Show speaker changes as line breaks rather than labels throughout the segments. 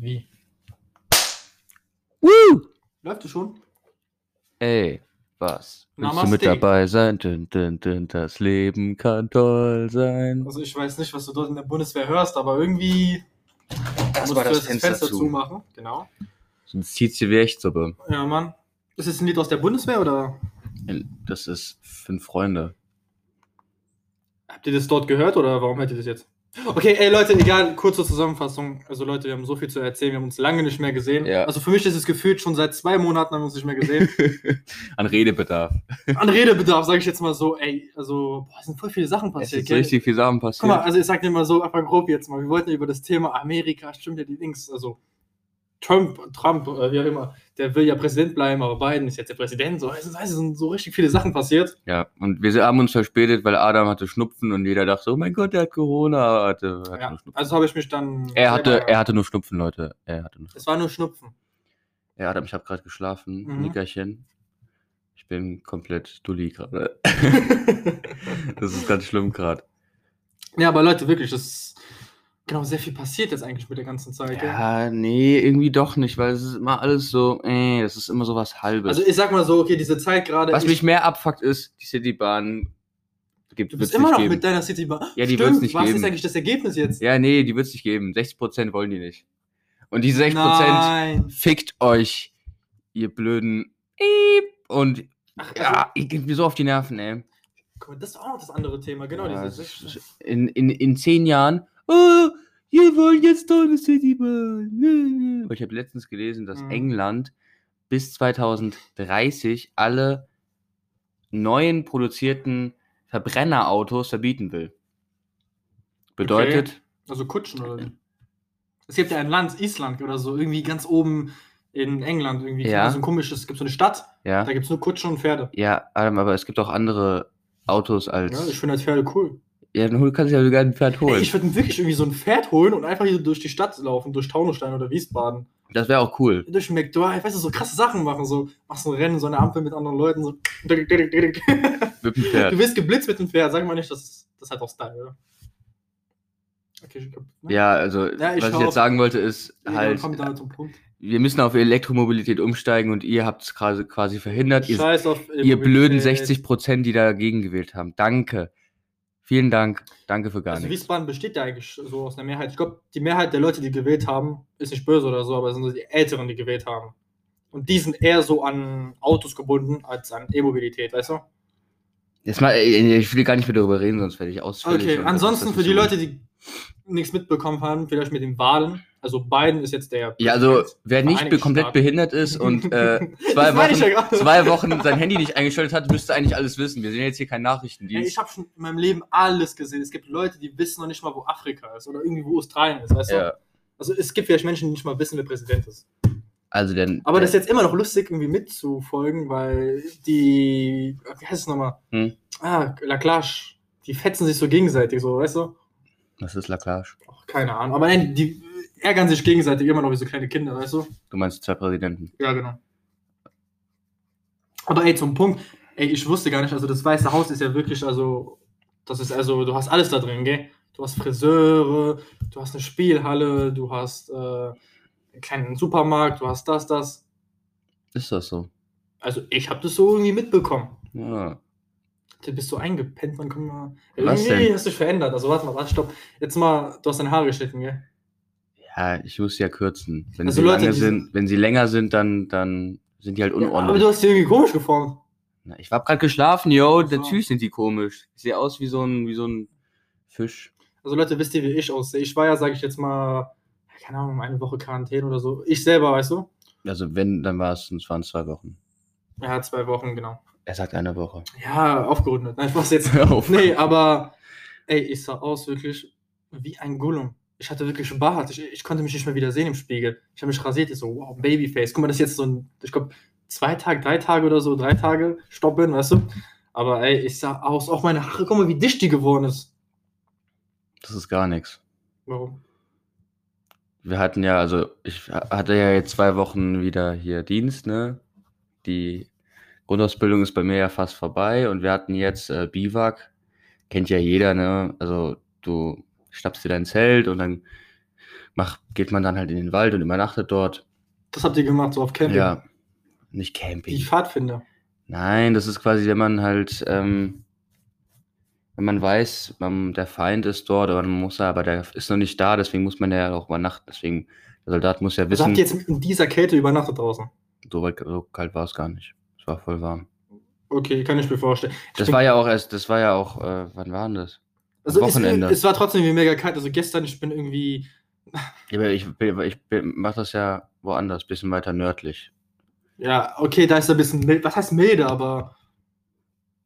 Wie?
Woo!
Läuft es schon?
Ey, was? Willst du mit
Namaste.
dabei sein? Dün, dün, dün, das Leben kann toll sein.
Also ich weiß nicht, was du dort in der Bundeswehr hörst, aber irgendwie musst du erst zumachen. Genau.
Sonst zieht sie wie Echtsuppe.
Ja, Mann. Ist es ein Lied aus der Bundeswehr oder
Das ist fünf Freunde.
habt ihr das dort gehört oder warum hört ihr das jetzt? Okay, ey Leute, egal, kurze Zusammenfassung. Also Leute, wir haben so viel zu erzählen, wir haben uns lange nicht mehr gesehen.
Ja.
Also für mich ist es gefühlt schon seit zwei Monaten haben wir uns nicht mehr gesehen.
An Redebedarf.
An Redebedarf sage ich jetzt mal so, ey, also boah, es sind voll viele Sachen
Es
passiert,
ist
gell?
richtig viel Sachen passiert.
Guck mal, also ich sag dir mal so einfach grob jetzt mal, wir wollten ja über das Thema Amerika, stimmt ja die Links, also Trump, Trump, äh, wie auch immer, der will ja Präsident bleiben, aber Biden ist jetzt der Präsident, so, es, ist, es sind so richtig viele Sachen passiert.
Ja, und wir haben uns verspätet, weil Adam hatte Schnupfen und jeder dachte, oh mein Gott, der hat Corona. Hatte, hatte
Ja,
nur Schnupfen.
also habe ich mich dann...
er, hatte,
selber-
er hatte nur Schnupfen, Leute. Er hatte nur
Es war nur Schnupfen.
Ja, Adam, ich habe gerade geschlafen,
Mhm.
Nickerchen. Ich bin komplett dulli gerade. das ist ganz schlimm gerade.
Ja, aber Leute, wirklich, das ist genau sehr viel passiert jetzt eigentlich mit der ganzen Zeit. gell?
Ja, nee, irgendwie doch nicht, weil es ist immer alles so, äh, das ist immer so was Halbes.
Also ich sag mal so, okay, diese Zeit gerade...
was
ich-
mich mehr abfuckt, ist, die Citybahn gibt
Du
es
bist immer noch
geben.
mit deiner City...
Ja, die
Stimmt,
wird's nicht
was
geben.
ist eigentlich das Ergebnis jetzt?
Ja, nee, die wird es nicht geben. 60% wollen die nicht. Und die 60%
Nein.
fickt euch, ihr blöden Iep. und
Ach, also,
ja, ihr geht mir so auf die Nerven, ey.
guck mal, das ist auch noch das andere Thema, genau.
ja,
dieses-
es ist- in, in, in zehn Jahren, oh, wir wollen jetzt doch eine Citybahn. Nö, nö. Weil Ich habe letztens gelesen, dass
Mhm.
England bis 2030 alle neuen produzierten Verbrennerautos verbieten will. Bedeutet,
Also Kutschen oder wie? Es gibt ja ein Land, Island oder so, irgendwie ganz oben in England, irgendwie
Ja.
so ein komisches, es gibt so eine Stadt,
ja,
da gibt es nur Kutschen und Pferde.
ja, Adam, aber es gibt auch andere Autos
Ja, ich
als.
finde halt Pferde cool.
Ja, dann hol- kannst du ja sogar ein Pferd holen.
Ey, ich würde mir wirklich irgendwie so ein Pferd holen und einfach hier durch die Stadt laufen, durch Taunusstein oder Wiesbaden.
Das wäre auch cool.
Durch den McDrive, weißt du, so krasse Sachen machen, so machst ein Rennen, so eine Ampel mit anderen Leuten, so. Du
Mit dem Pferd.
wirst geblitzt mit dem Pferd, sag mal nicht, das, das hat auch Style, oder? Okay, ich glaub, ne?
Ja, also
Ja, ich
was ich
hau
jetzt
auf-
sagen wollte ist
Egal,
halt,
Komm damit zum Punkt.
wir müssen auf Elektromobilität umsteigen und ihr habt es quasi, quasi verhindert. Ihr,
Scheiß auf
ihr blöden
Mobilität.
60 Prozent, die dagegen gewählt haben. Danke. Vielen Dank. Danke für gar
also
nichts.
Wiesbaden besteht ja eigentlich so aus einer Mehrheit. Ich glaube, die Mehrheit der Leute, die gewählt haben, ist nicht böse oder so, aber es sind so die Älteren, die gewählt haben. Und die sind eher so an Autos gebunden als an E-Mobilität, weißt du?
Jetzt mal, ey, ich will gar nicht mehr darüber reden, sonst werde ich ausfällig.
Okay,
und das ist
ansonsten
das
für die
so.
Leute, die nichts mitbekommen haben, vielleicht mit den Wahlen. Also Biden ist jetzt der.
Ja, also wer nicht
Vereinigte
be komplett
Staaten.
behindert ist und äh, zwei,
Das meine ich ja
Wochen,
gerade.
zwei Wochen sein Handy nicht eingeschaltet hat, müsste eigentlich alles wissen. Wir sind jetzt hier kein
Ey,
Nachrichtendienst.
ich habe schon in meinem Leben alles gesehen. Es gibt Leute, die wissen noch nicht mal, wo Afrika ist oder irgendwie, wo Australien ist, weißt du?
ja,
Also es gibt vielleicht Menschen, die nicht mal wissen, wer Präsident ist.
also denn.
Aber das ist jetzt immer noch lustig, irgendwie mitzufolgen, weil die, wie heißt es nochmal?
Hm.
Ah, Laclage. Die fetzen sich so gegenseitig, so, weißt du?
das ist Laclage.
Ach, keine Ahnung. Aber nein, die ärgern sich gegenseitig immer noch wie so kleine Kinder, weißt du?
Du meinst zwei Präsidenten.
Ja, genau. Aber ey, zum Punkt, ey, ich wusste gar nicht, also das Weiße Haus ist ja wirklich, also, das ist, also, du hast alles da drin, gell? Du hast Friseure, du hast eine Spielhalle, du hast äh, einen kleinen Supermarkt, du hast das, das.
Ist das so?
Also, ich habe das so irgendwie mitbekommen.
Ja.
Du bist so eingepennt, wann kommen wir.
Was
Irgendwie
denn?
hast du dich verändert. Also warte mal, warte, stopp. Jetzt mal, du hast deine Haare geschnitten, gell?
Ja, ich muss ja kürzen. Wenn
Also
sie
Leute,
lange
die
sind,
sind-
wenn sie länger sind, dann, dann sind die halt
aber
unordentlich.
du hast dich irgendwie komisch geformt.
Na, ich hab gerade geschlafen, yo,
Ach so.
natürlich sind die komisch. Ich sehe aus wie so ein, wie so ein Fisch.
Also Leute, wisst ihr, wie ich aussehe? Ich war ja, sage ich jetzt mal, keine Ahnung, eine Woche Quarantäne oder so. Ich selber, weißt du?
Also wenn, dann war es es waren zwei Wochen.
Ja, zwei Wochen, genau.
Er sagt eine Woche.
Ja, aufgerundet. Nein, Spaß jetzt.
Hör auf.
Nee, aber ey, ich sah aus wirklich wie ein Gollum. Ich hatte wirklich Bart. Ich, ich konnte mich nicht mehr wieder sehen im Spiegel. Ich habe mich rasiert. Ich so, wow, Babyface. Guck mal, das ist jetzt so ein, ich glaube, zwei Tage, drei Tage oder so, drei Tage stoppen, weißt du? Aber ey, ich sah aus. Auch meine Haare, guck mal, wie dicht die geworden ist.
Das ist gar nichts.
Warum?
Wir hatten ja, also ich hatte ja jetzt zwei Wochen wieder hier Dienst, ne? Die Grundausbildung ist bei mir ja fast vorbei und wir hatten jetzt äh, Biwak. Kennt ja jeder, ne? Also du schnappst dir dein Zelt und dann mach, geht man dann halt in den Wald und übernachtet dort.
Das habt ihr gemacht, so auf Camping.
Ja, nicht
Die
Camping.
Pfadfinder.
Nein, das ist quasi, wenn man halt, ähm, wenn man weiß, man, der Feind ist dort, aber man muss ja, aber der ist noch nicht da, deswegen muss man ja auch übernachten. Deswegen, der Soldat muss ja
Also
wissen,
habt ihr jetzt in dieser Kälte übernachtet draußen?
so, weit, so kalt war es gar nicht. Es war voll warm.
Okay, kann ich mir vorstellen.
Das
bin-
war ja auch erst, das war ja auch, äh, wann war denn das?
Also
Wochenende.
Es, es war trotzdem irgendwie mega kalt. Also gestern, ich bin irgendwie.
Ja, aber ich, bin- ich mache das ja woanders, bisschen weiter nördlich.
Ja, okay, da ist ein bisschen mild. Was heißt milde, aber.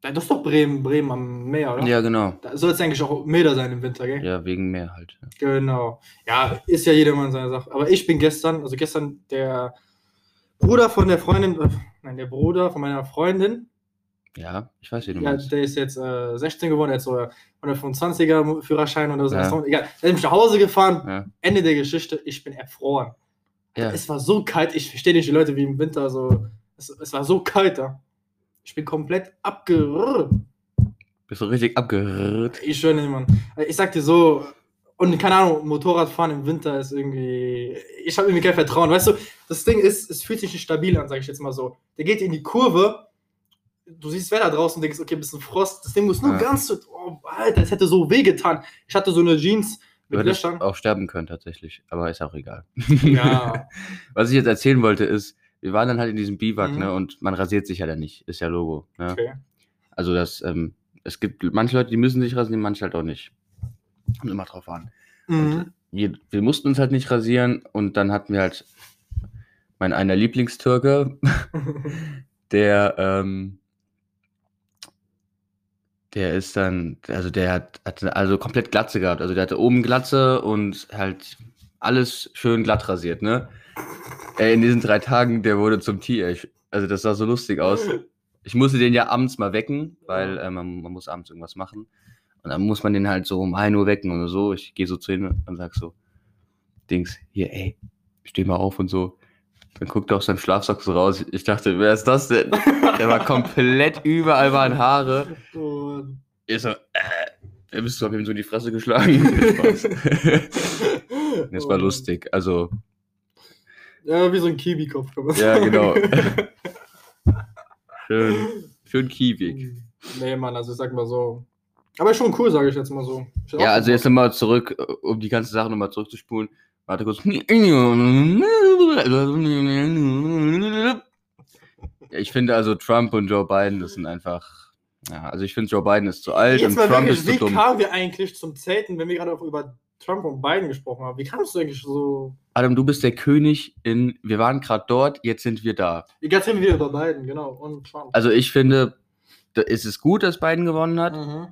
Ja, das ist doch Bremen, Bremen am Meer, oder?
Ja, genau.
Da soll es eigentlich auch milder sein im Winter, gell?
Ja, wegen Meer halt.
Genau. Ja, ist ja jedermann seine Sache. Aber ich bin gestern, also gestern der Bruder von der Freundin, äh, nein, der Bruder von meiner Freundin,
Ja, ich weiß, wie du
ja,
meinst.
der ist jetzt äh, 16 geworden, der hat so äh, 125er Führerschein oder so.
Ja.
Egal, der hat mich nach Hause gefahren.
Ja.
Ende der Geschichte, ich bin erfroren.
Ja.
Es war so kalt, ich verstehe nicht die Leute wie im Winter so. Es, es war so kalt da. Ich bin komplett abgerrrt.
Bist du richtig abgerührt?
Ich schwöre nicht, Mann. Also, Ich sag dir so, und keine Ahnung, Motorradfahren im Winter ist irgendwie. Ich habe irgendwie kein Vertrauen. Weißt du, das Ding ist, es fühlt sich nicht stabil an, sag ich jetzt mal so. Der geht in die Kurve, du siehst Wetter draußen und denkst, okay, bisschen Frost. Das Ding muss nur
Ja.
ganz so. Oh, Alter, es hätte so weh getan. Ich hatte so eine Jeans
Du
mit
hättest
Löchern.
auch sterben können tatsächlich, aber ist auch egal.
Ja.
Was ich jetzt erzählen wollte ist, wir waren dann halt in diesem Biwak,
Mhm.
ne, und man rasiert sich ja dann nicht, ist ja Logo, ne?
Okay.
Also das, ähm, es gibt manche Leute, die müssen sich rasieren, manche halt auch nicht. Kommt immer drauf an.
Mhm.
wir, wir mussten uns halt nicht rasieren und dann hatten wir halt mein einer Lieblingstürke, der ähm, der ist dann, also der hat, hatte also komplett Glatze gehabt. Also der hatte oben Glatze und halt alles schön glatt rasiert, ne? Ey, in diesen drei Tagen, der wurde zum Tier. Ich, also das sah so lustig aus. Ich musste den ja abends mal wecken, weil äh, man, man muss abends irgendwas machen. Und dann muss man den halt so um 1 Uhr wecken oder so. Ich gehe so zu ihm und sag so, Dings, hier, ey, steh mal auf und so. Dann guckt er aus seinem Schlafsack so raus. Ich dachte, wer ist das denn? Der war komplett überall waren Haare.
Und-
Ich so, äh, er bist du, hab ihm so in die Fresse geschlagen. Spaß. das war
Und-
lustig. Also,
Ja, wie so ein Kiwi-Kopf. kann man
Ja,
sagen.
genau. schön, schön kiwig.
Nee, Mann, also ich sag mal so. Aber ist schon cool, sage ich jetzt mal so. Ich hätte
Ja,
auch
also jetzt
Bock.
nochmal zurück, äh, um die ganze Sache nochmal zurückzuspulen. Warte kurz. Ja, ich finde also Trump und Joe Biden, das sind einfach. Ja, also ich finde Joe Biden ist zu alt
jetzt
und
mal
halt Trump
wirklich,
ist zu
wie
dumm.
kamen wir eigentlich zum Zelten, wenn wir gerade auch über Trump und Biden gesprochen haben? Wie kamst du eigentlich so?
Adam, du bist der König in. Wir waren gerade dort, jetzt sind wir da.
Jetzt reden wir über Biden, genau. Und Trump.
Also ich finde, da ist es gut, dass Biden gewonnen hat.
mhm.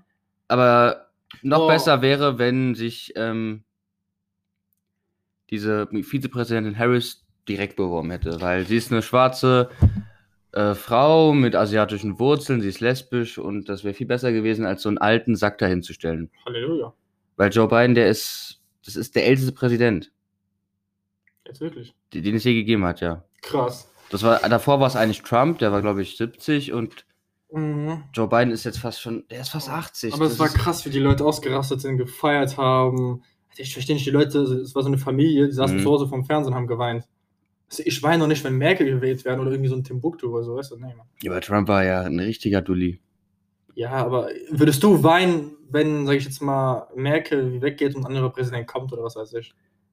Aber noch
Oh.
besser wäre, wenn sich ähm, diese Vizepräsidentin Harris direkt beworben hätte, weil sie ist eine schwarze äh, Frau mit asiatischen Wurzeln, sie ist lesbisch und das wäre viel besser gewesen, als so einen alten Sack dahinzustellen.
Halleluja.
Weil Joe Biden, der ist, das ist der älteste Präsident,
Jetzt wirklich.
den den es je gegeben hat, ja.
Krass.
Das war, davor war es eigentlich Trump, der war glaube ich 70 und
Mhm.
Joe Biden ist jetzt fast schon, der ist fast 80.
Aber es
Das
war
ist-
krass, wie die Leute ausgerastet sind, gefeiert haben. Also Ich verstehe nicht, die Leute, also es war so eine Familie, die saßen
Mhm.
zu Hause vorm Fernsehen und haben geweint. Also Ich weine noch nicht, wenn Merkel gewählt werden oder irgendwie so ein Timbuktu oder so, weißt du? Nee, Mann.
Ja, aber Trump war ja ein richtiger Dulli.
Ja, aber würdest du weinen, wenn, sag ich jetzt mal, Merkel weggeht und ein anderer Präsident kommt oder was weiß ich?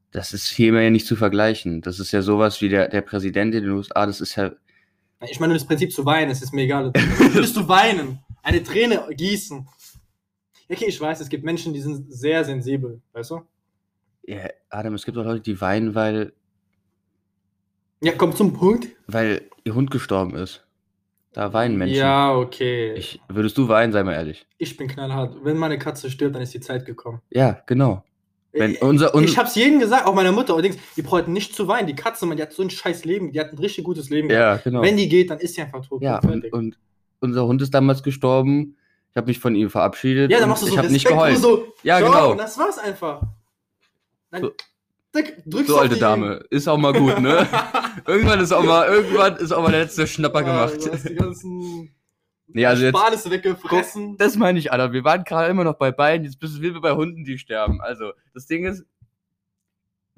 Das ist hier immer ja nicht zu vergleichen. Das ist ja sowas wie der, der Präsident in den USA, das ist ja.
Nein, Ich meine, nur das Prinzip zu weinen, es ist mir egal. Würdest du weinen? Eine Träne gießen? Okay, ich weiß, es gibt Menschen, die sind sehr sensibel, weißt du?
ja Adam, es gibt auch Leute, die weinen, weil,
Ja, komm zum Punkt.
weil ihr Hund gestorben ist. Da weinen Menschen.
Ja, okay. Ich,
Ich, würdest du weinen, sei mal ehrlich.
bin knallhart. Wenn meine Katze stirbt, dann ist die Zeit gekommen.
Ja, genau. Wenn
ich,
unser, un
ich hab's jedem gesagt, auch meiner Mutter, allerdings, die brauchten nicht zu weinen. Die Katze, man, die hat so ein scheiß Leben, die hat ein richtig gutes Leben. gehabt.
ja, genau.
Wenn die geht, dann ist sie einfach tot.
ja,
und
und,
fertig.
und unser Hund ist damals gestorben. Ich habe mich von ihm verabschiedet.
Ja, dann
und
machst du so
Ich habe nicht
respektlos
geheult.
So,
Ja,
ciao,
genau.
Und das war's einfach. Dann
So.
zack, drückst
So,
auf
alte
die-
Dame. Ist auch mal gut, ne? irgendwann ist auch mal, irgendwann ist auch mal der letzte Schnapper
Ah,
gemacht.
Du hast die ganzen
Nee, also jetzt-
Sparnisse weggefressen.
Das meine ich, Adam. Wir waren gerade immer noch bei Beinen, jetzt bist wir bei Hunden, die sterben. Also, das Ding ist,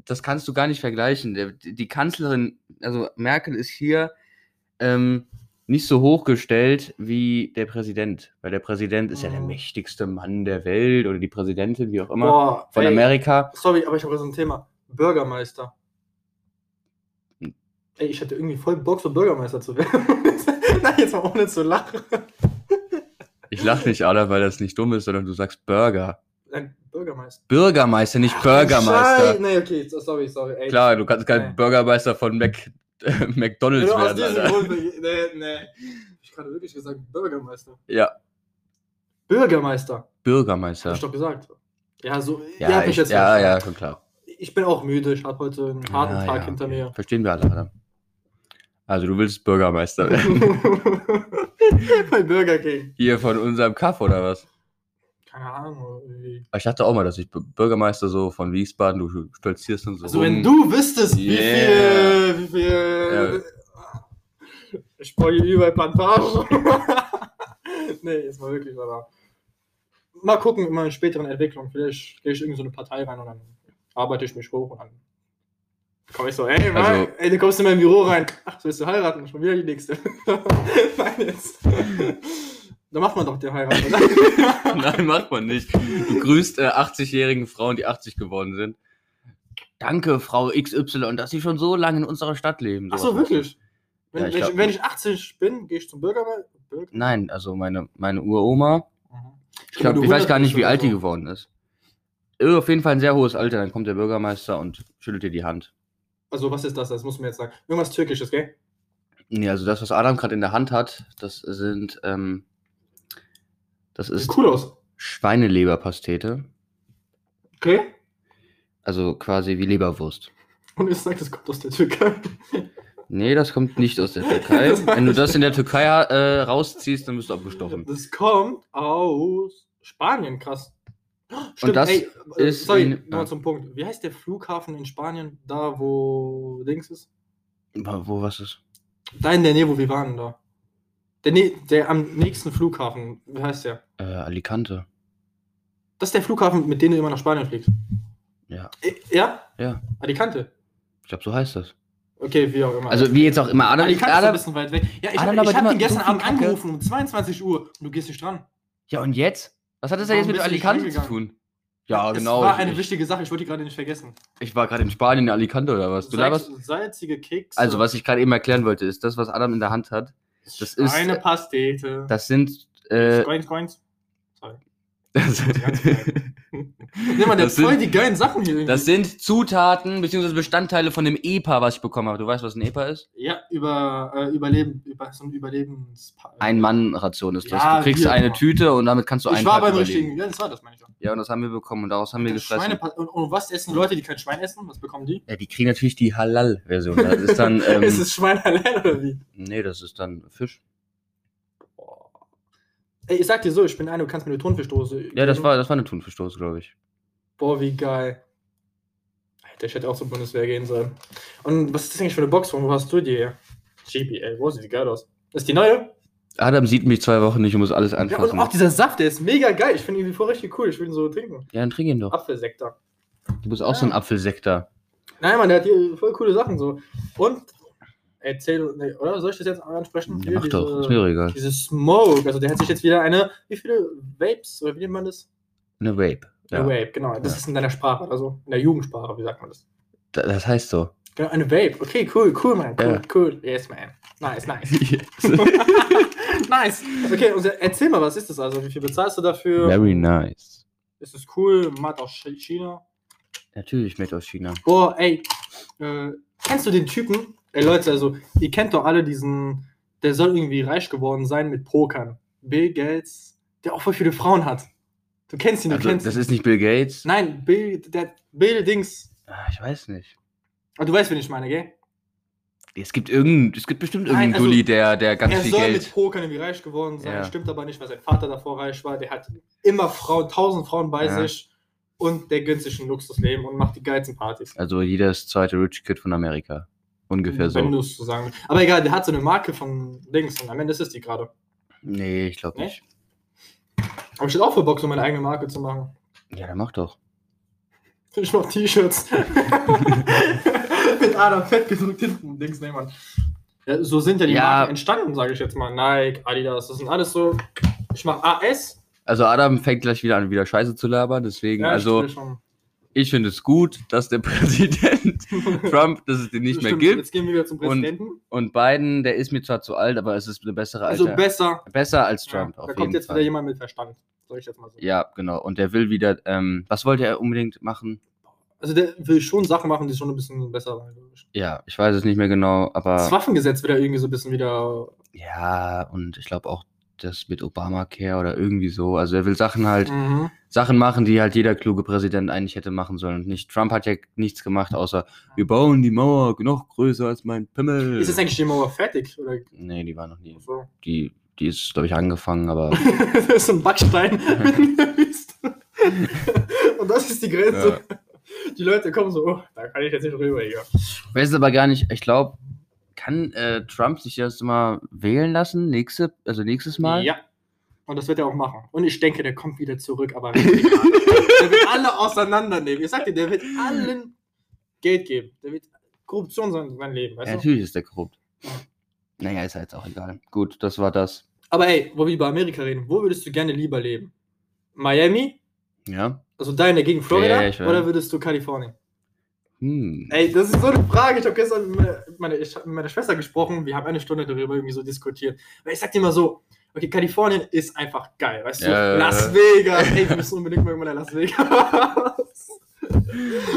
das kannst du gar nicht vergleichen. Der- Die Kanzlerin, also Merkel ist hier ähm, nicht so hochgestellt wie der Präsident, weil der Präsident ist ja der
Mhm.
mächtigste Mann der Welt oder die Präsidentin, wie auch immer,
Boah,
von
ey,
Amerika.
Sorry, aber ich habe so ein Thema. Bürgermeister. Ey, ich hätte irgendwie voll Bock, so Bürgermeister zu werden. Nein, jetzt mal ohne zu lachen.
Ich lache nicht, Alter, weil das nicht dumm ist, sondern du sagst Burger.
Nein, Bürgermeister.
Bürgermeister, nicht Bürgermeister.
Schei- Nee, okay, so- sorry, sorry. Ey,
Klar, du kannst kein
Nee.
Bürgermeister von Mac McDonalds
Genau aus
werden,
diesem
Alter.
Grund. Nee, nee. Ich gerade wirklich gesagt, Bürgermeister.
Ja,
Bürgermeister, hab
Bürgermeister.
ich doch gesagt. Ja, so. ihr
Ja,
habt mich
ich, ja,
verstanden.
ja, schon klar.
Ich bin auch müde. Ich habe heute einen harten
Mhm. Ja,
Tag
ja,
hinter
okay.
mir.
Verstehen wir alle, Adam. Also du willst Bürgermeister werden.
Bei Burger King.
Hier von unserem Kaff oder was?
Keine Ahnung. Irgendwie.
Aber Ich dachte auch mal, dass ich B- Bürgermeister so von Wiesbaden, du stolzierst und so.
Also,
rum.
wenn du wüsstest,
Yeah.
wie viel. Wie viel Ich folge über Plantage. nee, jetzt mal wirklich, aber. Mal gucken, in meiner späteren Entwicklung. Vielleicht gehe ich in irgendeine Partei rein und dann arbeite ich mich hoch und dann. Komm ich so, ey, Mann,
Also-
ey, du kommst in mein Büro rein. Ach, willst du heiraten? Schon wieder die nächste. Nein, jetzt. Dann macht man doch die Heirat, oder?
Nein, macht man nicht. Du grüßt äh, 80-jährigen Frauen, die 80 geworden sind. Danke, Frau XY, dass Sie schon so lange in unserer Stadt leben.
Ach
Sowas
so,
machst du.
wirklich? Wenn,
Ja, ich
wenn, ich,
glaub-
wenn ich 80 bin, gehe ich zum Bürgermeister. Bürger?
Nein, also meine, meine Uroma,
Mhm.
ich, glaub,
du genau.
ich weiß gar nicht, wie
100
alt die
oder so.
geworden ist. Irre, Auf jeden Fall ein sehr hohes Alter. Dann kommt der Bürgermeister und schüttelt dir die Hand.
Also, was ist das? Das muss man jetzt sagen. Irgendwas Türkisches, gell?
Nee, also das, was Adam gerade in der Hand hat, das sind, ähm, das
Sieht
ist
cool aus.
Schweineleberpastete.
Okay?
Also quasi wie Leberwurst.
Und ich sage, das kommt aus der Türkei.
Nee, das kommt nicht aus der Türkei.
Das war
Wenn du
nicht-
das in der Türkei äh, rausziehst, dann bist du abgestochen.
Das kommt aus Spanien, krass. Stimmt,
das
ey, äh,
ist
sorry,
in- Ah.
nochmal
ja.
zum Punkt. Wie heißt der Flughafen in Spanien, da wo Dings ist?
Wo, wo was ist?
Da in der Nähe, wo wir waren, da. Der, Nä- der am nächsten Flughafen, wie heißt der?
Äh, Alicante.
Das ist der Flughafen, mit dem du immer nach Spanien fliegst.
Ja.
Äh, Ja?
Ja.
Alicante.
Ich glaube, so heißt das.
Okay, wie auch immer.
Also wie jetzt auch immer. Adam,
Alicante ist ein
Adam,
bisschen weit weg. Ja, ich
Adam,
habe
aber
hab
immer
den gestern
so viel
Abend
Kacke.
angerufen um 22 Uhr und du gehst nicht dran.
ja, und jetzt? Was hat das denn jetzt
Warum
mit
bist du nicht
Alicante zu
rangegangen?
tun? Ja, genau.
Das war eine
ich, ich,
wichtige Sache, ich wollte die gerade nicht vergessen.
ich war gerade in Spanien in Alicante oder was? Du
Salz-
laberst?
Salzige Kekse.
Also, was ich gerade eben erklären wollte, ist das, was Adam in der Hand hat, das ist-
Eine Pastete.
das sind äh,
Coins, Coins.
Das,
Ganz genau. geil. Nimm mal, der
Das
hat voll
sind-
die geilen Sachen hier. irgendwie.
das sind Zutaten bzw. Bestandteile von dem EPA, was ich bekommen habe. Du weißt, was ein EPA ist?
ja, über äh, Überleben, über so ein Überlebenspaar.
Ein-Mann-Ration ist das.
Ja,
du kriegst
wir-
eine Tüte und damit kannst du einen
ich war
Tag
beim
überleben.
richtigen, ja, das war das, meine ich schon.
Ja, und das haben wir bekommen und daraus haben wir gefressen.
Schweinepa- und, und was essen Leute, die kein Schwein essen? Was bekommen die?
Ja, die kriegen natürlich die Halal-Version. Das ist dann. Ähm,
ist es Schwein allein oder wie?
nee, das ist dann Fisch.
Ey, ich sag dir so, ich bin einer, du kannst mir eine Äh, Tonfischdose.
Ja, das
geben.
war, das war eine Thunfischdose, glaube ich.
Boah, wie geil. Alter, ich hätte auch zur Bundeswehr gehen sollen. Und was ist das eigentlich für eine Box? Wo hast du die? her? GBL, wow, sieht die geil aus. Ist die neue?
Adam sieht mich zwei Wochen nicht und muss alles
Ja, und
anfassen. Ja,
auch dieser Saft, der ist mega geil. Ich finde ihn voll richtig cool. Ich will ihn so trinken.
dann trink ihn doch.
Apfelsektor.
Du bist auch so ein Apfelsektor.
Nein, Mann, der hat hier voll coole Sachen so. Und, erzähl, nee, oder soll ich das jetzt ansprechen?
Ja,
Hier
mach doch, ist
diese-
mir egal.
Diese Smoke, also der hat sich jetzt wieder eine, wie viele Vapes, oder wie nennt man das?
Eine Vape.
Eine
Ja.
Vape, genau. Das
Ja.
ist in deiner Sprache, also in der Jugendsprache, wie sagt man das?
Da- Das heißt so.
Genau, eine Vape. Okay, cool, cool, man. Cool,
Ja.
cool. Yes, man. Nice, nice. nice. Okay, und erzähl mal, was ist das also? Wie viel bezahlst du dafür?
Very nice.
Ist es cool? Matt aus Chi- China?
Natürlich schmeckt aus China.
Boah, ey. Äh, kennst du den Typen? Ey, Leute, also, ihr kennt doch alle diesen, der soll irgendwie reich geworden sein mit Pokern. Bill Gates, der auch voll viele Frauen hat. Du kennst ihn, du
Also,
kennst
das
ihn.
ist nicht Bill Gates.
Nein, Bill, der, Bill Dings.
Ah, Ich weiß nicht.
Ah, Du weißt, wen ich meine, gell?
Es gibt irgendein, es gibt bestimmt
Nein,
irgendeinen
also,
Dulli, der, der ganz
er
viel
soll
Geld.
mit Pokern irgendwie reich geworden sein,
Ja.
stimmt aber nicht, weil sein Vater davor reich war. Der hat immer Frauen, tausend Frauen bei
Ja.
sich und der gönnt sich ein Luxusleben und macht die geilsten Partys.
Also jedes zweite Rich Kid von Amerika. Ungefähr
Wenn
so.
du es so sagen willst. Aber egal, der hat so eine Marke von Dings und am Ende ist es die gerade.
Nee, ich glaube
Nee?
nicht.
Aber ich hätte auch für Bock, so meine eigene Marke zu machen.
Ja, dann mach doch.
Ich mach T-Shirts. Mit Adam fett gedruckt hinten. Dings, nee, Mann. Ja, so sind ja die
Ja.
Marken entstanden, sage ich jetzt mal. Nike, Adidas, das sind alles so. Ich mach AS.
Also Adam fängt gleich wieder an, wieder Scheiße zu labern. Deswegen,
Ja, ich
also
will schon.
ich finde es gut, dass der Präsident Trump, dass es den nicht mehr
Stimmt,
gibt.
Jetzt gehen wir wieder zum
Und-
Präsidenten.
Und Biden, der ist mir zwar zu alt, aber es ist eine bessere
also
Alter.
besser.
besser als
Ja,
Trump,
da
auf
kommt
jeden
jetzt
Fall.
wieder jemand mit Verstand. Soll ich jetzt mal so.
ja, genau. Und der will wieder, ähm, was wollte er unbedingt machen?
Also der will schon Sachen machen, die schon ein bisschen besser waren. glaub ich.
Ja, ich weiß es nicht mehr genau,
Das
aber
Waffengesetz wird ja irgendwie so ein bisschen wieder.
ja, und ich glaube auch das mit Obamacare oder irgendwie so. Also er will Sachen halt,
Mhm.
Sachen machen, die halt jeder kluge Präsident eigentlich hätte machen sollen und nicht. Trump hat ja nichts gemacht, außer wir bauen die Mauer noch größer als mein Pimmel.
Ist jetzt eigentlich die Mauer fertig? Oder
nee, die war noch nie.
so?
Die, die ist, glaube ich, angefangen, aber
das ist so ein Backstein mitten in der Wüste. Und das ist die Grenze. Die Leute kommen so, oh, da kann ich jetzt nicht rüber, hier.
Ich weiß es aber gar nicht. Ich glaube, kann äh, Trump sich das mal wählen lassen? Nächste, also nächstes Mal?
Ja. Und das wird er auch machen. Und ich denke, der kommt wieder zurück, aber richtig hart. der wird alle auseinandernehmen. Ich sag dir, der wird allen Geld geben. Der wird Korruption sein, sein Leben,
Ja,
weißt du?
natürlich ist der korrupt. Naja, ist ja jetzt auch egal. Gut, das war das.
Aber ey, wo wir über Amerika reden, wo würdest du gerne lieber leben? Miami?
Ja.
Also deine gegen Florida?
Ja, ich weiß.
oder würdest du Kalifornien?
Hm.
Ey, das ist so eine Frage. Ich habe gestern mit meiner, meine, ich hab mit meiner Schwester gesprochen. Wir haben eine Stunde darüber irgendwie so diskutiert. Weil ich sag dir mal so, okay, Kalifornien ist einfach geil, weißt du?
Ja, ja,
Las
ja.
Vegas. Ey, wir müssen unbedingt mal irgendwann nach Las Vegas.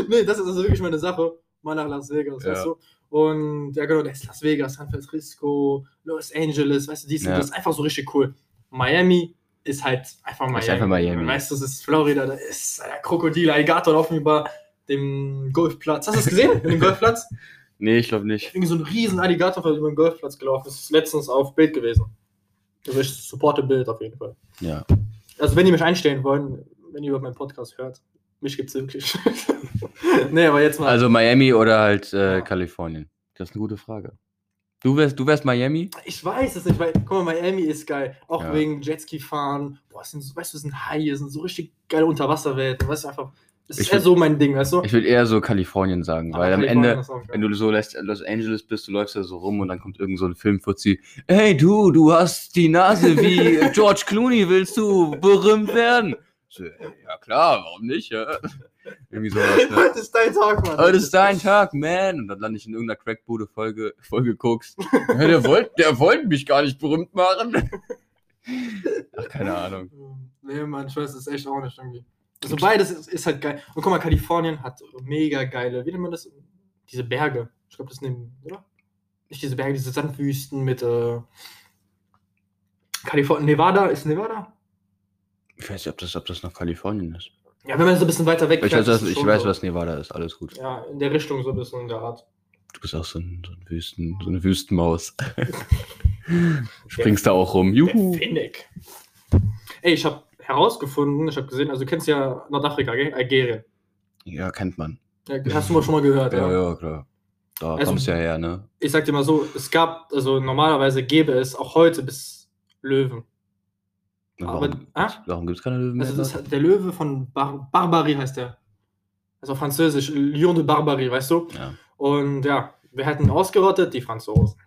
nee, das ist also wirklich meine Sache. Mal nach Las Vegas,
Ja.
weißt du? Und ja, genau, das ist Las Vegas, San Francisco, Los Angeles, weißt du, dies und
Ja.
das ist einfach so richtig cool. Miami ist halt einfach Miami.
Ist einfach Miami.
Weißt du, das ist Florida, da ist äh, der Krokodil, Alligator laufen über dem Golfplatz. Hast du das gesehen? In dem Golfplatz?
Nee, ich glaube nicht.
Irgendwie so ein riesen Alligator über den Golfplatz gelaufen. Das ist letztens auf Bild gewesen. Also ich supporte Bild auf jeden Fall.
Ja.
Also wenn ihr mich einstellen wollen, wenn ihr über meinen Podcast hört, mich gibt's wirklich. nee, aber jetzt mal.
Also Miami oder halt äh,
Ja.
Kalifornien? Das ist eine gute Frage. Du wärst, du wärst Miami?
ich weiß es nicht, weil, guck mal, Miami ist geil. Auch
Ja.
wegen Jetski fahren. Boah, es sind, so- weißt du, es sind Haie, es sind so richtig geile Unterwasserwelten. Weißt du, einfach. Das ist
Ich
eher
würd-
so mein Ding, weißt du?
Ich würde eher so Kalifornien sagen,
Aber
weil am
Kalifornien
Ende,
ist auch geil.
wenn du so Los Los Angeles bist, du läufst ja so rum und dann kommt irgend so ein Filmfuzzi. Hey du, du hast die Nase wie George Clooney, willst du berühmt werden? So, "Ey, ja klar, warum nicht? Ja? Irgendwie sowas. Ne?
Heute ist dein Tag, Mann.
Heute ist dein Tag, man. Und dann lande ich in irgendeiner Crackbude Folge, Folge guckst. Ja, der wollte der wollte mich gar nicht berühmt machen. Ach, keine Ahnung.
Ähm, Nee, Mann, ich weiß es echt auch nicht irgendwie. Also beides ist, ist halt geil. Und guck mal, Kalifornien hat mega geile, wie nennt man das? Diese Berge. Ich glaube, das nehmen, oder? Nicht diese Berge, diese Sandwüsten mit äh, Kalifornien. Nevada ist Nevada?
Ich weiß nicht, ob das, ob das noch Kalifornien ist.
Ja, wenn man so ein bisschen weiter weg
Ich weiß,
ist
dass,
es
ich
schon
weiß
so.
was Nevada ist. Alles gut.
Ja, in der Richtung so ein bisschen in der Art.
Du bist auch so, ein, so, ein Wüsten, so eine Wüstenmaus. Springst da auch rum. Juhu.
Der Finnick. Ey, ich habe herausgefunden, ich habe gesehen, also du kennst ja Nordafrika, gell? Algerien.
Ja, kennt man.
Ja, Hast du mal schon mal gehört,
Ja, ja, klar. Da
Also-
kommst du ja her, ne?
ich sag dir mal so, es gab, also normalerweise gäbe es auch heute bis Löwen.
Und
Aber-
warum
ah?
warum gibt es keine Löwen mehr?
Also das,
da?
der Löwe von Bar Barbarie heißt der. Also auf Französisch, Lion de Barbarie, weißt du?
Ja.
Und ja, wir hätten ausgerottet, die Franzosen.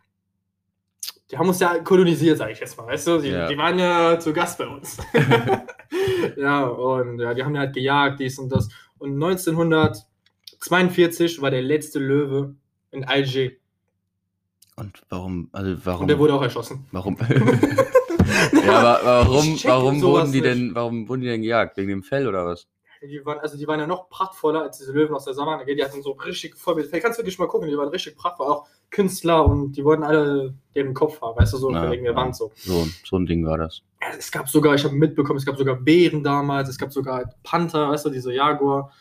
Die haben uns ja kolonisiert, sag ich jetzt mal, weißt du? Die,
Ja.
die waren ja zu Gast bei uns. ja, und ja, die haben ja halt gejagt, dies und das. Und 1942 war der letzte Löwe in Alger.
Und warum? Also warum?
Und der wurde auch erschossen.
Warum? ja, aber warum,
Ich check
warum
sowas
wurden die
nicht.
denn, warum wurden die denn gejagt? Wegen dem Fell oder was?
Die waren, also die waren ja noch prachtvoller als diese Löwen aus der Savanne. gell? Die hatten so richtig voll mit. Vielleicht kannst du wirklich mal gucken, die waren richtig prachtvoll. Auch Künstler und die wollten alle deren Kopf haben, weißt du, so
Ja,
wegen der
ja.
Wand so.
So, so ein Ding war das.
Ja, Es gab sogar, ich habe mitbekommen, es gab sogar Bären damals, es gab sogar Panther, weißt du, diese Jaguar.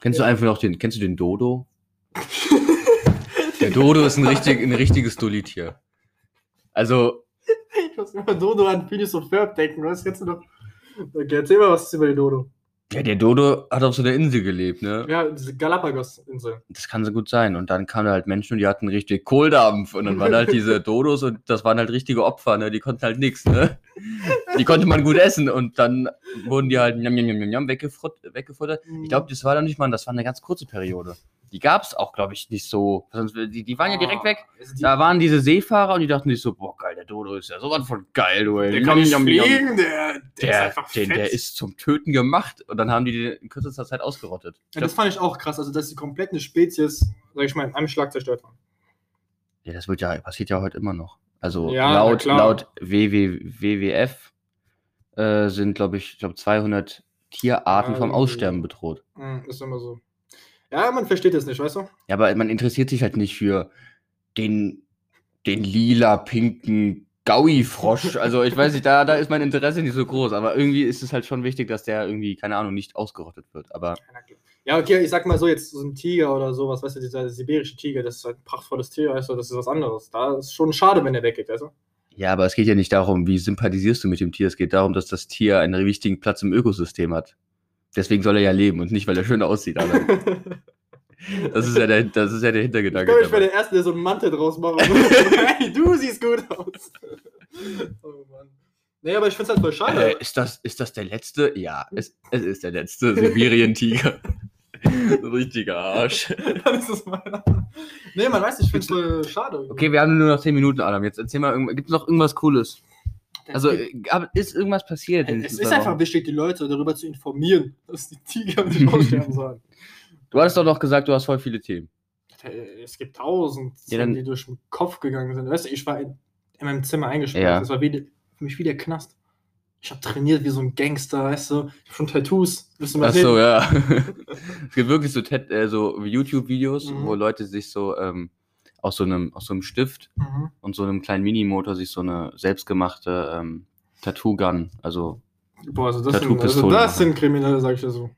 Kennst du einfach noch den, kennst du den Dodo? Der Dodo ist ein, richtig, ein richtiges Dulitier. Also,
Ich muss immer Dodo an Phineas und Ferb denken, weißt du, jetzt noch. Okay, erzähl mal was über den Dodo.
Ja, der Dodo hat auf so einer Insel gelebt, ne?
Ja, diese Galapagos-Insel.
Das kann so gut sein. Und dann kamen halt Menschen und die hatten richtig Kohldampf. Und dann waren halt diese Dodos und das waren halt richtige Opfer, ne? Die konnten halt nichts, ne? Die konnte man gut essen und dann wurden die halt njam, njam, njam, njam weggefrut- weggefuttert. Ich glaube, das war dann nicht mal, das war eine ganz kurze Periode. Die gab es auch, glaube ich, nicht so. Sonst, die, die waren ja direkt weg.
Also
Da waren diese Seefahrer und die dachten sich so, boah, geil, der Dodo ist ja sowas von geil, du. ey.
der
Njam,
kann nicht
njam, njam.
fliegen, der, der, ist
Der,
einfach
den,
fett.
der ist zum Töten gemacht und dann haben die den in kürzester Zeit ausgerottet. Ich
ja,
glaub,
das fand ich auch krass, also dass die komplette Spezies, sag ich mal, in einem Schlag zerstört waren.
Ja, das wird ja, passiert ja heute immer noch. Also
Ja, na
laut,
klar.
laut WW, WWF äh, sind, glaube ich, ich glaub 200 Tierarten vom
Ähm.
Aussterben bedroht.
Mhm, ist immer so. Ja, man versteht das nicht, weißt du?
Ja, aber man interessiert sich halt nicht für den, den lila, pinken Gaui-Frosch. Also ich weiß nicht, da, da ist mein Interesse nicht so groß, aber irgendwie ist es halt schon wichtig, dass der irgendwie, keine Ahnung, nicht ausgerottet wird. Aber
Ja, okay, ich sag mal so, jetzt so ein Tiger oder sowas, weißt du, dieser sibirische Tiger, das ist halt ein prachtvolles Tier, weißt du, das ist was anderes. Da ist schon schade, wenn der weggeht, weißt du?
ja, aber es geht ja nicht darum, wie sympathisierst du mit dem Tier. Es geht darum, dass das Tier einen wichtigen Platz im Ökosystem hat. Deswegen soll er ja leben und nicht, weil er schön aussieht. Alter. Das ist ja der, das ist ja der
Ich glaube,
Hintergedanke.
ich wäre
dabei.
der Erste, der so einen Mantel draus macht. hey, du siehst gut aus. Oh Mann. Nee, aber ich finde es halt voll schade.
Äh, ist, das, ist das der letzte? Ja, es, es ist der letzte Sibirien-Tiger. Ein Richtiger Arsch.
Dann ist es meiner. Nee, man weiß, nicht, ich finde es voll schade. irgendwie.
Okay, wir haben nur noch 10 Minuten, Adam. Jetzt erzähl mal, gibt es noch irgendwas Cooles? Also,
es,
äh, gab- ist irgendwas passiert? in den
Äh, es
letzten
ist
zwei
einfach
Wochen?
wichtig, die Leute darüber zu informieren, dass die Tiger nicht aussterben sollen.
Du hattest doch noch gesagt, du hast voll viele Themen.
Äh, Es gibt tausend,
Ja, dann-
die durch den Kopf gegangen sind. Weißt du, ich war in, in meinem Zimmer eingesperrt.
Ja.
Das war wie, für mich wie der Knast. Ich habe trainiert wie so ein Gangster, weißt du. Ich habe schon Tattoos. Willst du mal
Ach
sehen?
so, ja. es gibt wirklich so, Ted- äh, so YouTube-Videos,
Mhm.
wo Leute sich so ähm, aus, so einem, aus so einem Stift
Mhm.
und so einem kleinen Minimotor sich so eine selbstgemachte ähm, Tattoo-Gun, also
Boah, also das, sind, also
Tattoo-Pistolen
das
machen.
sind Kriminelle, sag ich dir so.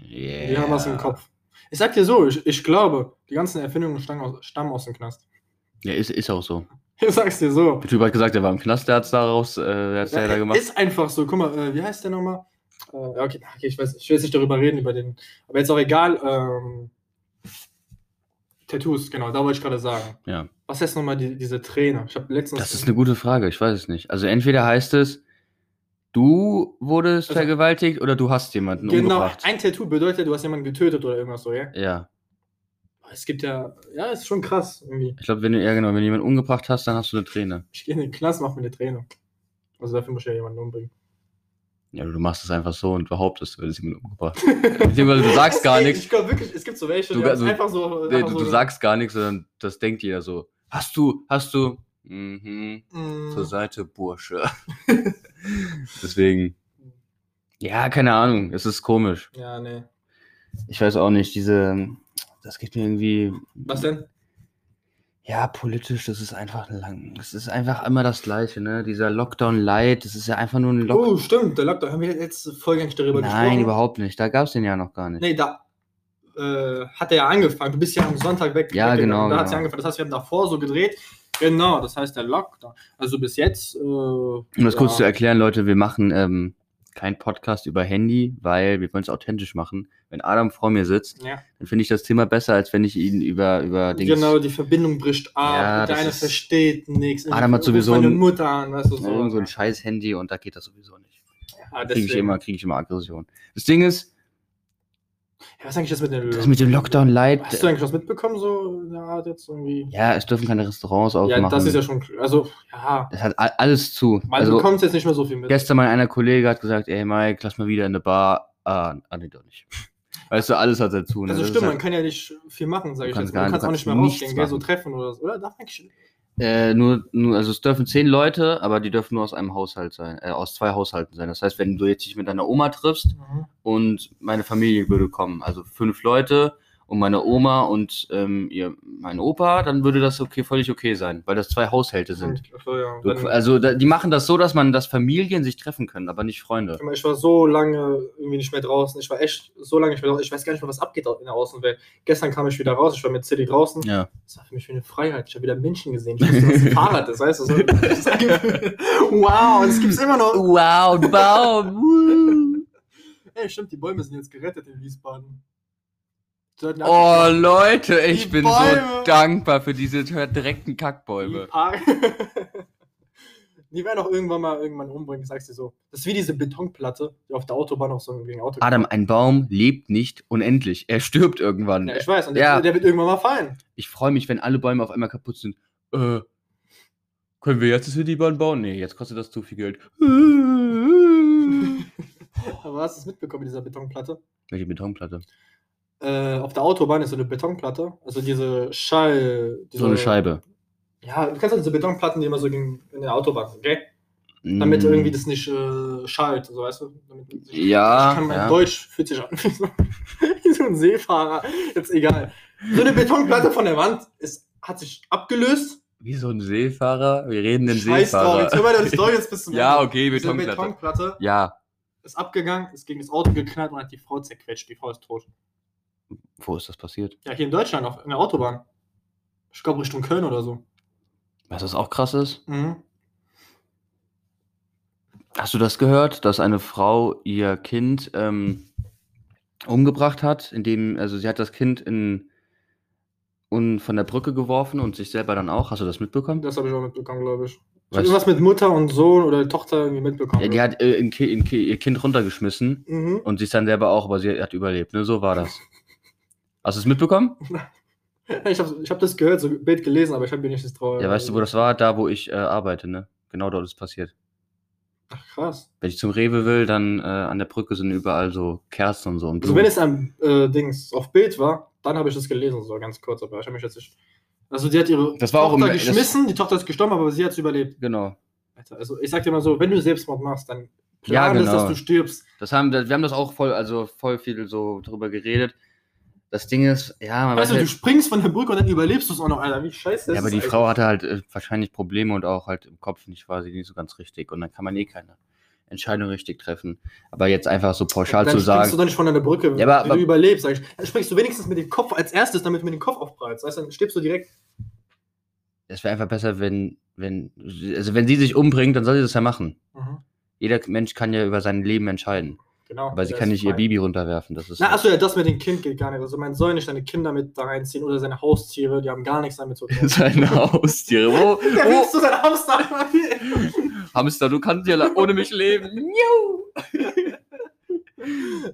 Yeah.
Die haben was im Kopf. Ich sag dir so, ich, ich glaube, die ganzen Erfindungen stammen aus, stammen aus dem Knast.
Ja, ist, ist auch so.
Ich sag's dir so.
Der Typ hat gesagt, er war im Knast, der hat's daraus, äh, der hat's ja, da gemacht.
Ist einfach so. Guck mal, äh, wie heißt der nochmal? Äh, ja, okay, okay, ich weiß, ich will jetzt nicht darüber reden, über den. Aber jetzt auch egal. Ähm, Tattoos, genau, da wollte ich gerade sagen.
Ja.
Was heißt nochmal die, diese Träne? Ich habe letztens.
Das ist eine gute Frage, ich weiß es nicht. Also entweder heißt es, du wurdest
Also-
vergewaltigt oder du hast jemanden
Genau,
umgebracht.
ein Tattoo bedeutet, du hast jemanden getötet oder irgendwas so, ja?
Ja,
Es gibt ja. Ja, ist schon krass irgendwie.
ich glaube, wenn du, ja genau, wenn du jemanden umgebracht hast, dann hast du eine Träne.
Ich gehe in den Knast, mach mir eine Träne. Also dafür muss ich ja jemanden umbringen.
Ja, du machst es einfach so und behauptest, du hättest jemanden umgebracht. Beziehungsweise du sagst gar
Ey,
nichts.
Ich glaube wirklich, es gibt so welche,
Du-
die
also-
haben einfach so.
Nee,
einfach
du,
so
du sagst gar nichts, sondern das denkt jeder so. Hast du, hast du, mhm,
Mm,
zur Seite, Bursche. Deswegen. Ja, keine Ahnung, es ist komisch.
Ja, nee.
ich weiß auch nicht, diese, das geht mir irgendwie,
Was denn?
ja, politisch, das ist einfach lang, es ist einfach immer das Gleiche, ne, dieser Lockdown-Light, das ist ja einfach nur ein Lockdown,
Oh, stimmt, der Lockdown. Haben wir letzte Folge nicht darüber gesprochen?
nein, überhaupt nicht, da gab es den ja noch gar nicht.
Nee, da äh, hat er ja angefangen. Du bist ja am Sonntag weg.
Ja,
weggegangen.
genau,
Da hat sie
genau.
angefangen. Das heißt, wir haben davor so gedreht. Genau, das heißt der Lockdown. Also bis jetzt. Äh, um
Um das kurz zu erklären, Leute, wir machen ähm, keinen Podcast über Handy, weil wir wollen es authentisch machen. Wenn Adam vor mir sitzt,
Ja.
dann finde ich das Thema besser, als wenn ich ihn über, über äh, Dings...
Genau, die Verbindung bricht
Ja,
ab.
das
der eine
ist-
versteht nichts.
Adam hat
Ruf
sowieso
meine
ein-
Mutter an, weißt du so.
ne, So ein scheiß Handy und da geht das sowieso nicht.
ja,
Kriege ich,
deswegen.
immer- krieg ich immer Aggression. Das Ding ist,
Ja, was ist eigentlich das mit dem
das mit dem Lockdown-Light,
Hast du eigentlich was mitbekommen, so in der Art jetzt irgendwie?
Ja, es dürfen keine Restaurants aufmachen.
Ja, das ist ja schon, kl- also, ja,
Es hat a- alles zu.
man
also
bekommt jetzt nicht mehr so viel mit.
gestern mein einer Kollege hat gesagt, ey Mike, lass mal wieder in eine Bar. Ah, ah nee, doch nicht. Weißt du, alles hat dazu. ne?
also
Das ist
stimmt, man
halt,
kann ja nicht viel machen, sage
Du
ich jetzt.
kannst gar
mal. Du kannst auch
nichts
nicht mehr
machen.
rausgehen, gell, so treffen oder so. Oder darf eigentlich
äh, nur, nur, also es dürfen zehn Leute, aber die dürfen nur aus einem Haushalt sein, äh, aus zwei Haushalten sein. Das heißt, wenn du jetzt dich mit deiner Oma triffst und meine Familie würde kommen, also fünf Leute und meine Oma und ähm, ihr, mein Opa, dann würde das okay, völlig okay sein, weil das zwei Haushälte sind.
So, ja.
Du,
Dann-
also da, die machen das so, dass man, dass Familien sich treffen können, aber nicht Freunde.
Guck mal, ich war so lange irgendwie nicht mehr draußen. Ich war echt so lange nicht mehr draußen. Ich weiß gar nicht mehr, was abgeht in der Außenwelt. Gestern kam ich wieder raus. Ich war mit City draußen.
Ja.
Das war für mich wie eine Freiheit. Ich habe wieder Menschen gesehen. Ich wusste, was ein Fahrrad ist, weißt du? So, wow, das gibt's immer noch.
Wow, Baum.
Ey, stimmt, die Bäume sind jetzt gerettet in Wiesbaden. Die sollten
Oh, Leute, ich
Die
bin
Bäume.
so dankbar für diese direkten
Die,
Kackbäume.
Park die werden auch irgendwann mal irgendwann umbringen, sagst du so. Das ist wie diese Betonplatte, die auf der Autobahn auch so gegen Auto
Adam, ein Baum lebt nicht unendlich. Er stirbt irgendwann.
Ja, ich weiß, und der,
Ja.
der wird irgendwann mal fallen.
Ich freue mich, wenn alle Bäume auf einmal kaputt sind. Äh, können wir jetzt das Citybahn bauen? Nee, jetzt kostet das zu viel Geld.
Aber hast du es mitbekommen mit dieser Betonplatte?
Welche Betonplatte?
Äh, auf der Autobahn ist so eine Betonplatte, also diese Schall. Diese,
So eine Scheibe.
Ja, du kennst auch diese Betonplatten, die immer so gegen, in der Autobahn sind, gell? Damit
Mm.
irgendwie das nicht äh, schallt, so weißt du? Damit man sich-
Ja,
Ich kann mein
ja.
Deutsch fühlt sich an wie so, wie so ein Seefahrer. Jetzt egal. So eine Betonplatte von der Wand ist, hat sich abgelöst.
Wie so ein Seefahrer? Wir reden den
Story. Jetzt hör
Seefahrer.
mal deine Story jetzt bis zum
Ja,
Ende.
okay,
Diese
Betonplatte.
Betonplatte
Ja,
ist abgegangen, ist gegen das Auto geknallt und hat die Frau zerquetscht. Die Frau ist tot.
wo ist das passiert?
Ja, hier in Deutschland, auf in der Autobahn. Ich glaube Richtung Köln oder so.
Was das auch krass ist?
Mhm.
Hast du das gehört, dass eine Frau ihr Kind ähm, umgebracht hat, indem, also sie hat das Kind in, un, von der Brücke geworfen und sich selber dann auch. Hast du das mitbekommen?
Das habe ich auch mitbekommen, glaube ich. Ich
Was?
habe irgendwas mit Mutter und Sohn oder Tochter irgendwie mitbekommen.
Ja, die hat äh, ein Ki- ein Ki- ihr Kind runtergeschmissen
mhm.
und sich dann selber auch, aber sie hat überlebt. Ne? So war das. Hast du es mitbekommen?
Ich habe ich hab das gehört, so Bild gelesen, aber ich habe mir nicht das Trauer.
Ja, weißt du, wo das war? Da, wo ich äh, arbeite, ne? Genau dort ist es passiert.
Ach, krass.
Wenn ich zum Rewe will, dann äh, an der Brücke sind überall so Kerzen und so. Und
Also, wenn
Blumen.
es am äh, Dings auf Bild war, dann habe ich das gelesen, so ganz kurz, aber ich habe mich jetzt nicht. Also, die hat ihre
Das war auch
Tochter
im- das-
geschmissen, die Tochter ist gestorben, aber sie hat es überlebt.
genau.
Alter, also, ich sag dir mal so, wenn du Selbstmord machst, dann
Ja,
plan es,
genau.
dass du stirbst.
Das haben, wir haben das auch voll, also voll viel so drüber geredet. Das Ding ist, ja, man
Weißt du, du
weiß
springst von der Brücke und dann überlebst du es auch noch, Alter. Wie scheiße
halt,
ist
ja, aber
das
die
eigentlich?
Frau hatte halt äh, wahrscheinlich Probleme und auch halt im Kopf nicht quasi nicht so ganz richtig. Und dann kann man eh keine Entscheidung richtig treffen. Aber jetzt einfach so pauschal
dann
halt zu
springst
sagen,
du doch nicht von einer Brücke,
Ja, aber-
wenn
aber-
du überlebst. Sag ich. Dann springst du wenigstens mit dem Kopf als erstes, damit du mit dem Kopf aufprallst. Weißt du, dann stirbst du direkt.
es wäre einfach besser, wenn, wenn, also wenn sie sich umbringt, dann soll sie das ja machen.
Mhm.
Jeder Mensch kann ja über sein Leben entscheiden.
Genau.
Aber sie
Der
kann
ist
nicht ihr
frei.
Baby runterwerfen. Das ist.
Na, achso, ja, das mit dem Kind geht gar nicht. Also man soll nicht seine Kinder mit da reinziehen oder seine Haustiere, die haben gar nichts damit zu tun. Oh.
Seine Haustiere. Wo?
Da willst
wo?
du dein Hamster einmal hier.
Hamster, du kannst ja le- ohne mich leben. Miau.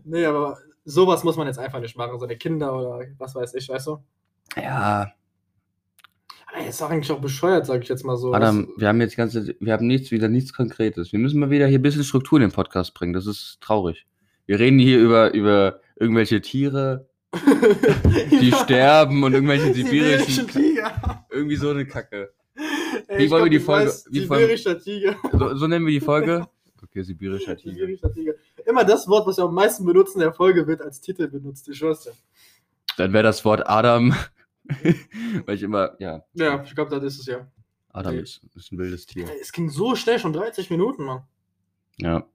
Nee, aber sowas muss man jetzt einfach nicht machen. Seine Kinder oder was weiß ich, weißt du?
Ja,
Aber jetzt ist doch eigentlich auch bescheuert, sag ich jetzt mal so.
Adam,
Das-
wir haben jetzt die ganze, wir haben nichts, wieder nichts Konkretes. Wir müssen mal wieder hier ein bisschen Struktur in den Podcast bringen. Das ist traurig. Wir reden hier über, über irgendwelche Tiere, die sterben und irgendwelche
Sibirischen
sibirischen. Ka-
Tiger.
Irgendwie so eine Kacke.
Ey,
Wie
ich
wollen wir die
ich
Folge-
weiß,
wie wollen-
Sibirischer Tiger.
So, so nennen wir die Folge. Okay, sibirischer Tiger.
Sibirischer Tiger. Immer das Wort, was wir am meisten benutzen, der Folge wird als Titel benutzt. Ich weiß ja.
Dann wäre das Wort Adam. Weil ich immer, ja.
Ja, ich glaube, das ist es ja.
Adam
Nee.
ist, ist ein wildes Tier.
Ey, Es ging so schnell, schon 30 Minuten, Mann.
Ja.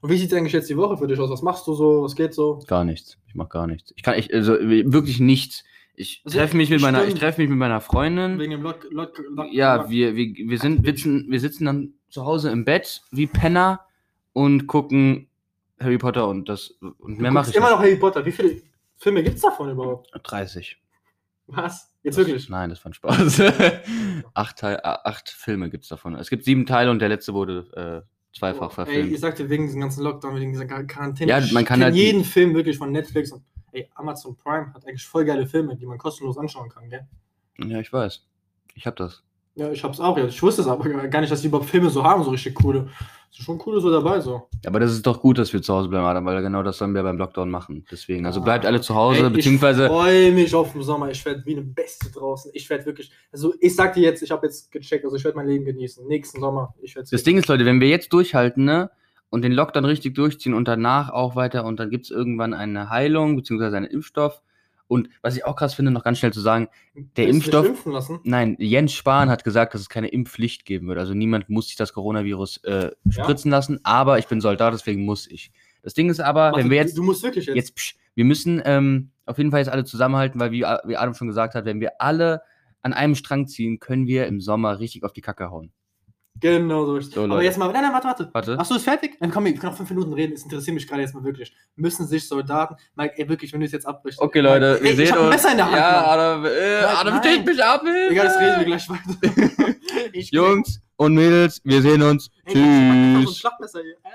Und wie sieht eigentlich jetzt die Woche für dich aus? Was machst du so? Was geht so?
Gar nichts. Ich mache gar nichts. Ich kann ich, also wirklich nichts. Ich
Also,
treffe mich mit meiner, ich
stimmt.
treffe mich mit meiner Freundin.
Wegen dem Lock. Lock, Lock
Ja,
Lock.
wir, wir, wir sind, sitzen, wir sitzen dann zu Hause im Bett wie Penner und gucken Harry Potter und das und
Du
mehr mache
guckst
ich
immer
nicht.
noch Harry Potter. Wie viele Filme gibt's davon überhaupt?
30.
Was? Jetzt wirklich?
Nein, das war ein Spaß. acht, Teil, äh, acht Filme gibt es davon. Es gibt sieben Teile und der letzte wurde äh, zweifach
Boah, Ey, ich
verfilmt.
sag dir, wegen diesem ganzen Lockdown, wegen dieser Quar- Quarantäne.
Ja, man
ich
kann
kenn
halt die-
jeden Film wirklich von Netflix und ey, Amazon Prime hat eigentlich voll geile Filme, die man kostenlos anschauen kann, gell?
Ja, ich weiß. Ich habe das.
Ja, ich hab's auch, ja. Ich wusste es aber gar nicht, dass die überhaupt Filme so haben, so richtig coole. Ist schon coole so dabei, so.
Aber das ist doch gut, dass wir zu Hause bleiben, Adam, weil genau das sollen wir beim Lockdown machen. Deswegen, also
Ah.
bleibt alle zu Hause, beziehungsweise
Ich freue mich auf den Sommer. Ich werde wie eine Beste draußen. Ich werde wirklich. Also, ich sag dir jetzt, ich habe jetzt gecheckt. Also, ich werde mein Leben genießen. Nächsten Sommer. Ich werde
Das Ding ist, Leute, wenn wir jetzt durchhalten, ne? Und den Lockdown richtig durchziehen und danach auch weiter und dann gibt es irgendwann eine Heilung beziehungsweise einen Impfstoff. Und was ich auch krass finde, noch ganz schnell zu sagen, der Impfstoff-
impfen lassen.
nein, Jens Spahn hat gesagt, dass es keine Impfpflicht geben wird. Also niemand muss sich das Coronavirus äh,
Ja.
spritzen lassen, aber ich bin Soldat, deswegen muss ich. Das Ding ist aber,
Warte,
wenn wir jetzt,
Du musst wirklich jetzt.
jetzt psch, wir müssen ähm, auf jeden Fall jetzt alle zusammenhalten, weil wie, A- wie Adam schon gesagt hat, wenn wir alle an einem Strang ziehen, können wir im Sommer richtig auf die Kacke hauen.
Genau so.
So,
Aber
Leute.
jetzt mal, nein, nein, warte, warte.
Warte.
Achso, ist fertig? Dann komm, wir können noch fünf Minuten reden. Es interessiert mich gerade jetzt mal wirklich. Müssen sich Soldaten, Mike, ey, wirklich, wenn du es jetzt abbrichst.
Okay, Leute,
Ey,
wir
ich
sehen
hab ein
uns.
Messer in der Hand,
ja,
Mann.
Adam, äh,
Nein,
Adam
nein.
steht mich ab. Hilfe!
Egal, das reden wir gleich weiter. Ich-
Jungs und Mädels, wir sehen uns.
Ey, ich hab einfach so ein
Tschüss.
Schlachtmesser hier.